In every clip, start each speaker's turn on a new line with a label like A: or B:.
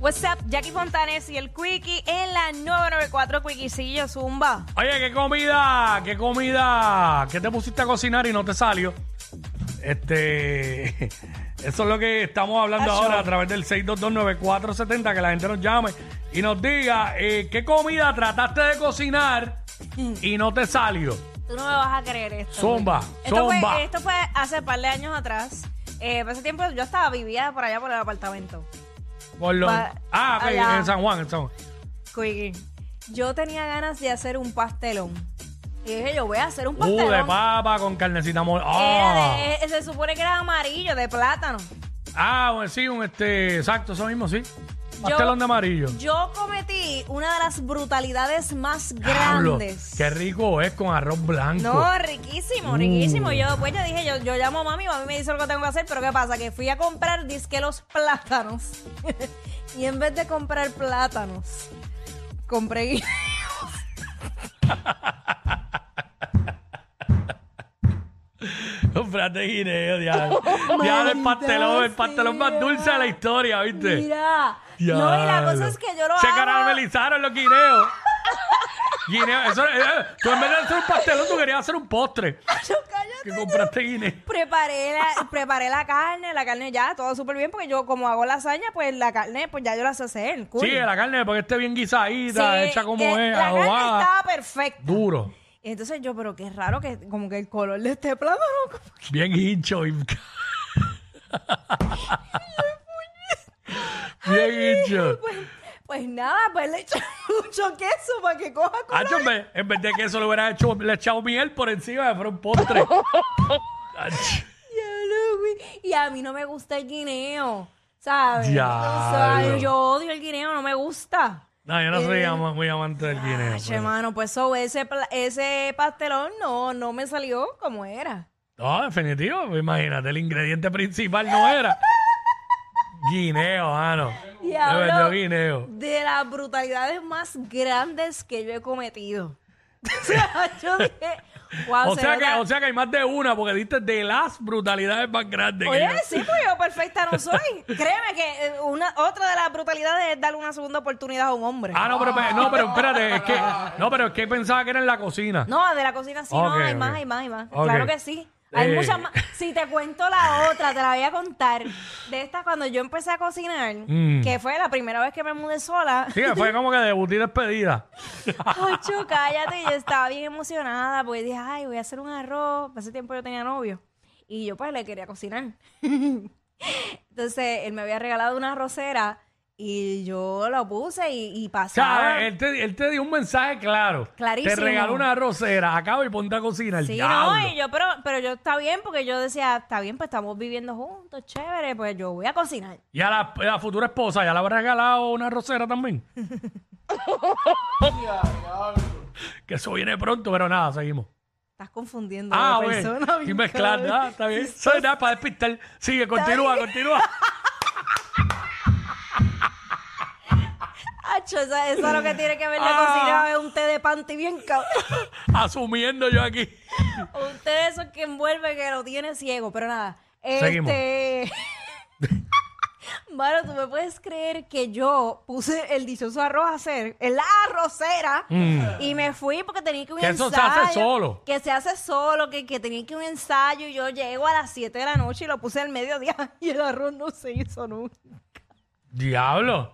A: What's up, Jackie Fontanes y el Quickie en la 994 Quickiecillo Zumba.
B: Oye, qué comida, qué comida, que te pusiste a cocinar y no te salió. Este, eso es lo que estamos hablando
A: Acho.
B: ahora a través del 6229470, que la gente nos llame y nos diga eh, qué comida trataste de cocinar y no te salió.
A: Tú no me vas a creer esto.
B: Zumba,
A: Luis. esto
B: zumba.
A: Fue, esto fue hace par de años atrás. Eh, para ese tiempo yo estaba vivía por allá por el apartamento.
B: Por lo-
A: Pa-
B: ah, ok,
A: allá.
B: en San Juan, en San Juan.
A: Quickie. Yo tenía ganas de hacer un pastelón. Y dije, yo voy a hacer un
B: Uh,
A: pastelón.
B: de papa con carnecita mol.
A: Era
B: Ah,
A: de- eh, se supone que era amarillo, de plátano.
B: ah, bueno, sí, un este, exacto, eso mismo, sí. Pastelón de amarillo.
A: Yo cometí una de las brutalidades más
B: Diablo,
A: grandes.
B: Qué rico es con arroz blanco.
A: No, riquísimo,
B: Mm.
A: riquísimo. Yo después yo dije, yo, yo llamo a mami, mami me dice lo que tengo que hacer, pero ¿qué pasa? Que fui a comprar disque los plátanos. y en vez de comprar plátanos, compré gui-
B: Comprate guineo, diablo. diablo, el
A: maldita
B: pastelón, el pastelón más
A: Oh, sea.
B: dulce de la historia, ¿viste?
A: Mira. No, y la cosa es que yo lo
B: Se
A: hago.
B: caramelizaron los guineos. Guineo, eso, eh, tú en vez de hacer un pastelón, tú querías hacer un postre.
A: Yo,
B: Que
A: cállate, yo
B: compraste guineo.
A: Preparé la, preparé la carne, la carne ya, todo súper bien, porque yo como hago lasaña, pues la carne, pues ya yo la sé hacer. cool.
B: Sí, la carne, porque esté bien guisadita,
A: Sí,
B: hecha como
A: eh,
B: es,
A: La carne
B: adobada.
A: estaba perfecta.
B: Duro,
A: Entonces yo, pero qué raro que como que el color de este plátano como que
B: bien hincho. y- bien hincho.
A: pues, pues nada, pues le echamos mucho queso para que coja
B: Ah,
A: color.
B: yo en vez- en vez de que eso le hubiera hecho, le he echado miel por encima, fuera un postre. Ach,
A: Diablo, güey. Y a mí no me gusta el guineo, ¿sabes? O sea,
B: Diablo.
A: yo odio el guineo, no me gusta.
B: no, yo no soy ama- muy amante del guineo.
A: Eh, Ay,
B: pero-
A: hermano, pues so, ese, pla- ese pastelón no, no me salió como era.
B: No, definitivo, pues, imagínate, el ingrediente principal no era guineo, mano.
A: Diablo.
B: Le metió guineo.
A: De las brutalidades más grandes que yo he cometido. o sea, yo dije, wow,
B: O
A: se
B: sea, que,
A: nota-
B: o sea que hay más de una, porque diste de las brutalidades más grandes. que
A: Oye,
B: yo.
A: sí, pues yo perfecta no soy. Créeme que eh, una, otra de las brutalidades es darle una segunda oportunidad a un hombre.
B: Ah, no, pero, pe- no, pero espérate, es que, no, pero es que pensaba que era en la cocina.
A: No, de la cocina sí, no,
B: Ok,
A: hay
B: ok.
A: más, hay más, hay más.
B: Ok.
A: Claro que sí. Hay
B: Eh.
A: muchas más. Si te cuento la otra, te la voy a contar. De esta, cuando yo empecé a cocinar,
B: Mm.
A: que fue la primera vez que me mudé sola.
B: Sí, que fue como que debutí despedida.
A: Ocho, cállate. Y yo estaba bien emocionada porque dije, ay, voy a hacer un arroz. Hace tiempo yo tenía novio. Y yo pues le quería cocinar. Entonces, él me había regalado una arrocera y yo lo puse y, y
B: O sea,
A: pasaba.
B: él te, él te dio un mensaje claro.
A: Clarísimo.
B: Te regaló una arrocera, acaba y ponte a cocinar.
A: Sí,
B: diablo.
A: no, y yo, pero, pero yo está bien porque yo decía, está bien, pues estamos viviendo juntos, chévere, pues yo voy a cocinar.
B: Y a la, a la futura esposa, ¿ya le habrá regalado una arrocera también? que eso viene pronto, pero nada, seguimos.
A: Estás confundiendo a
B: Ah,
A: la persona.
B: bueno.
A: bien
B: Y mezclando,
A: cabrón.
B: ah, está bien. Eso es nada para despistar. Sigue, continúa, continúa.
A: Acho, eso, eso es lo que tiene que ver la
B: Ah.
A: cocina, es un té de panty bien cabrón.
B: Asumiendo yo aquí.
A: Ustedes son que envuelve que lo tiene ciego, pero nada.
B: Seguimos.
A: Este. Mano, tú me puedes creer que yo puse el dichoso arroz a hacer en la arrocera y me fui porque tenía que un
B: Mm. Que eso
A: ensayo.
B: se hace solo.
A: Que se hace solo, que, que tenía que un ensayo y yo llego a las 7 de la noche y lo puse al mediodía y el arroz no se hizo nunca.
B: Diablo.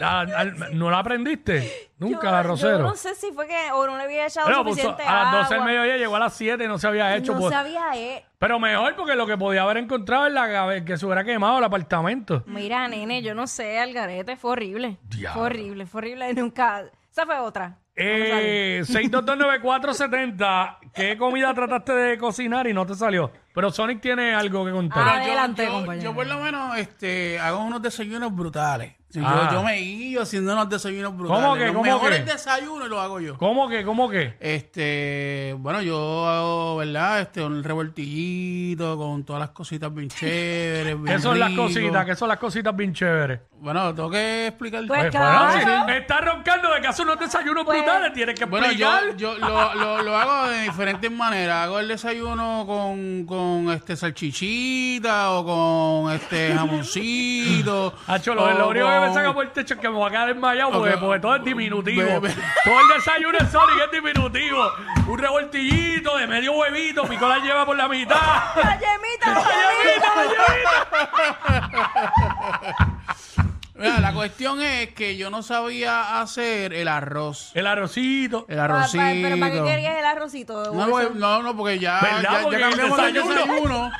B: Ah, al- ¿No la aprendiste? Nunca,
A: Yo-
B: la
A: Yo
B: arrocera.
A: no sé si fue que o no le había echado
B: Bueno, pues,
A: suficiente
B: a las 12 del
A: agua.
B: mediodía llegó a las 7 y no se había hecho.
A: no
B: pues.
A: sabía, eh.
B: Pero mejor porque lo que podía haber encontrado es la gabe- que se hubiera quemado el apartamento.
A: Mira, nene, yo no sé, Algarete, fue horrible.
B: Diablo.
A: Fue horrible, fue horrible. Nunca. Esa fue otra.
B: Eh, 6229470, ¿qué comida trataste de cocinar y no te salió? Pero Sonic tiene algo que contar.
A: Ah. Adelante,
C: yo,
A: compañero.
C: yo por lo menos este, hago unos desayunos brutales. Sí, yo-
B: Ah.
C: yo, me guío haciendo unos desayunos brutales.
B: ¿Cómo que,
C: Los
B: cómo
C: mejores
B: que?
C: desayunos los hago yo.
B: ¿Cómo que, cómo que?
C: Este, bueno, yo hago, ¿verdad? Este, un revoltillito con todas las cositas bien chéveres. bien
B: ¿Qué son las
C: rico.
B: cositas? ¿Qué son las cositas bien chéveres?
C: Bueno, tengo que explicar.
A: Pues,
B: Eh,
A: claro.
B: bueno, si está roncando de que hace unos desayunos
A: Pues-
B: brutales, tienes que
C: bueno,
B: explicar.
C: yo, yo lo, lo- lo hago de diferentes maneras. Hago el desayuno con, con este salchichita o con este jamoncito.
B: Hacho, lo,
C: o
B: lo único que me
C: con-
B: saca por el techo es que me voy a quedar enmayado porque,
C: Ok.
B: porque todo es diminutivo.
C: Ve- ve-
B: Todo el desayuno es Sonic es diminutivo. Un revoltillito de medio huevito, Pico la lleva por la mitad.
A: ¡La yemita, la yemita!
C: Mira, la cuestión es que yo no sabía hacer el arroz.
B: El arrocito.
C: El
A: Ah, Pa- pa-
C: arrocito.
A: ¿Pero para qué querías el arrocito?
C: No,
A: Wilson?
C: porque, no, no, porque ya,
B: ¿Verdad?
C: ya- ya
B: Porque el
C: cambiamos del
B: desayuno.
C: desayuno.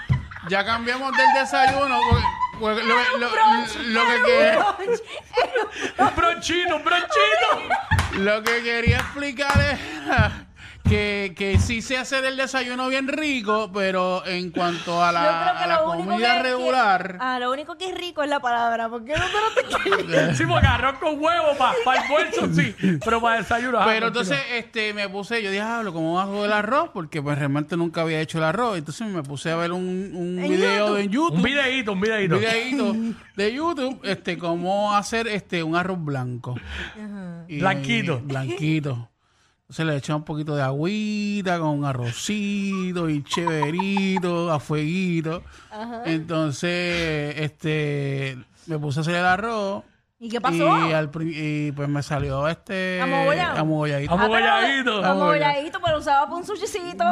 C: Ya cambiamos del desayuno. porque- porque lo, que- lo- lo que
A: Era
C: quería,
A: un brunch, era un
B: Un bronchito, un bronchito.
C: lo que quería explicar era que, que sí se hace del desayuno bien rico, pero en cuanto a
A: Yo creo
C: la,
A: que
C: a la
A: lo único
C: comida
A: que-
C: regular.
A: que- ah, lo único que es rico es la palabra. ¿Por qué no te lo te
B: Sí, porque arroz con huevo para almuerzo, sí. Pero para desayuno. ah,
C: Pero
B: continúa.
C: entonces este me puse, yo dije, hablo, ¿cómo hago el arroz? Porque pues realmente nunca había hecho el arroz. Entonces me puse a ver un, un
A: En
C: video
A: YouTube.
C: en YouTube.
B: Un videíto, un videíto.
C: un videíto de YouTube, este, cómo hacer este un arroz blanco. Y-
B: Blanquito.
C: Blanquito. Entonces le echaba un poquito de agüita con un arrocito y chéverito, a fueguito. Entonces, este, me puse a hacer el arroz.
A: ¿Y qué pasó?
C: Y, al pri- y, pues me salió este.
A: Amogolladito.
C: amogolladito.
B: Amo
A: pero-
B: bolladito.
A: Como bolladito, pero usaba para un sushicito.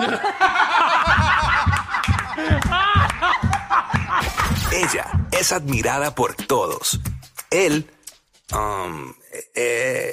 D: Ella es admirada por todos. Él, um, eh,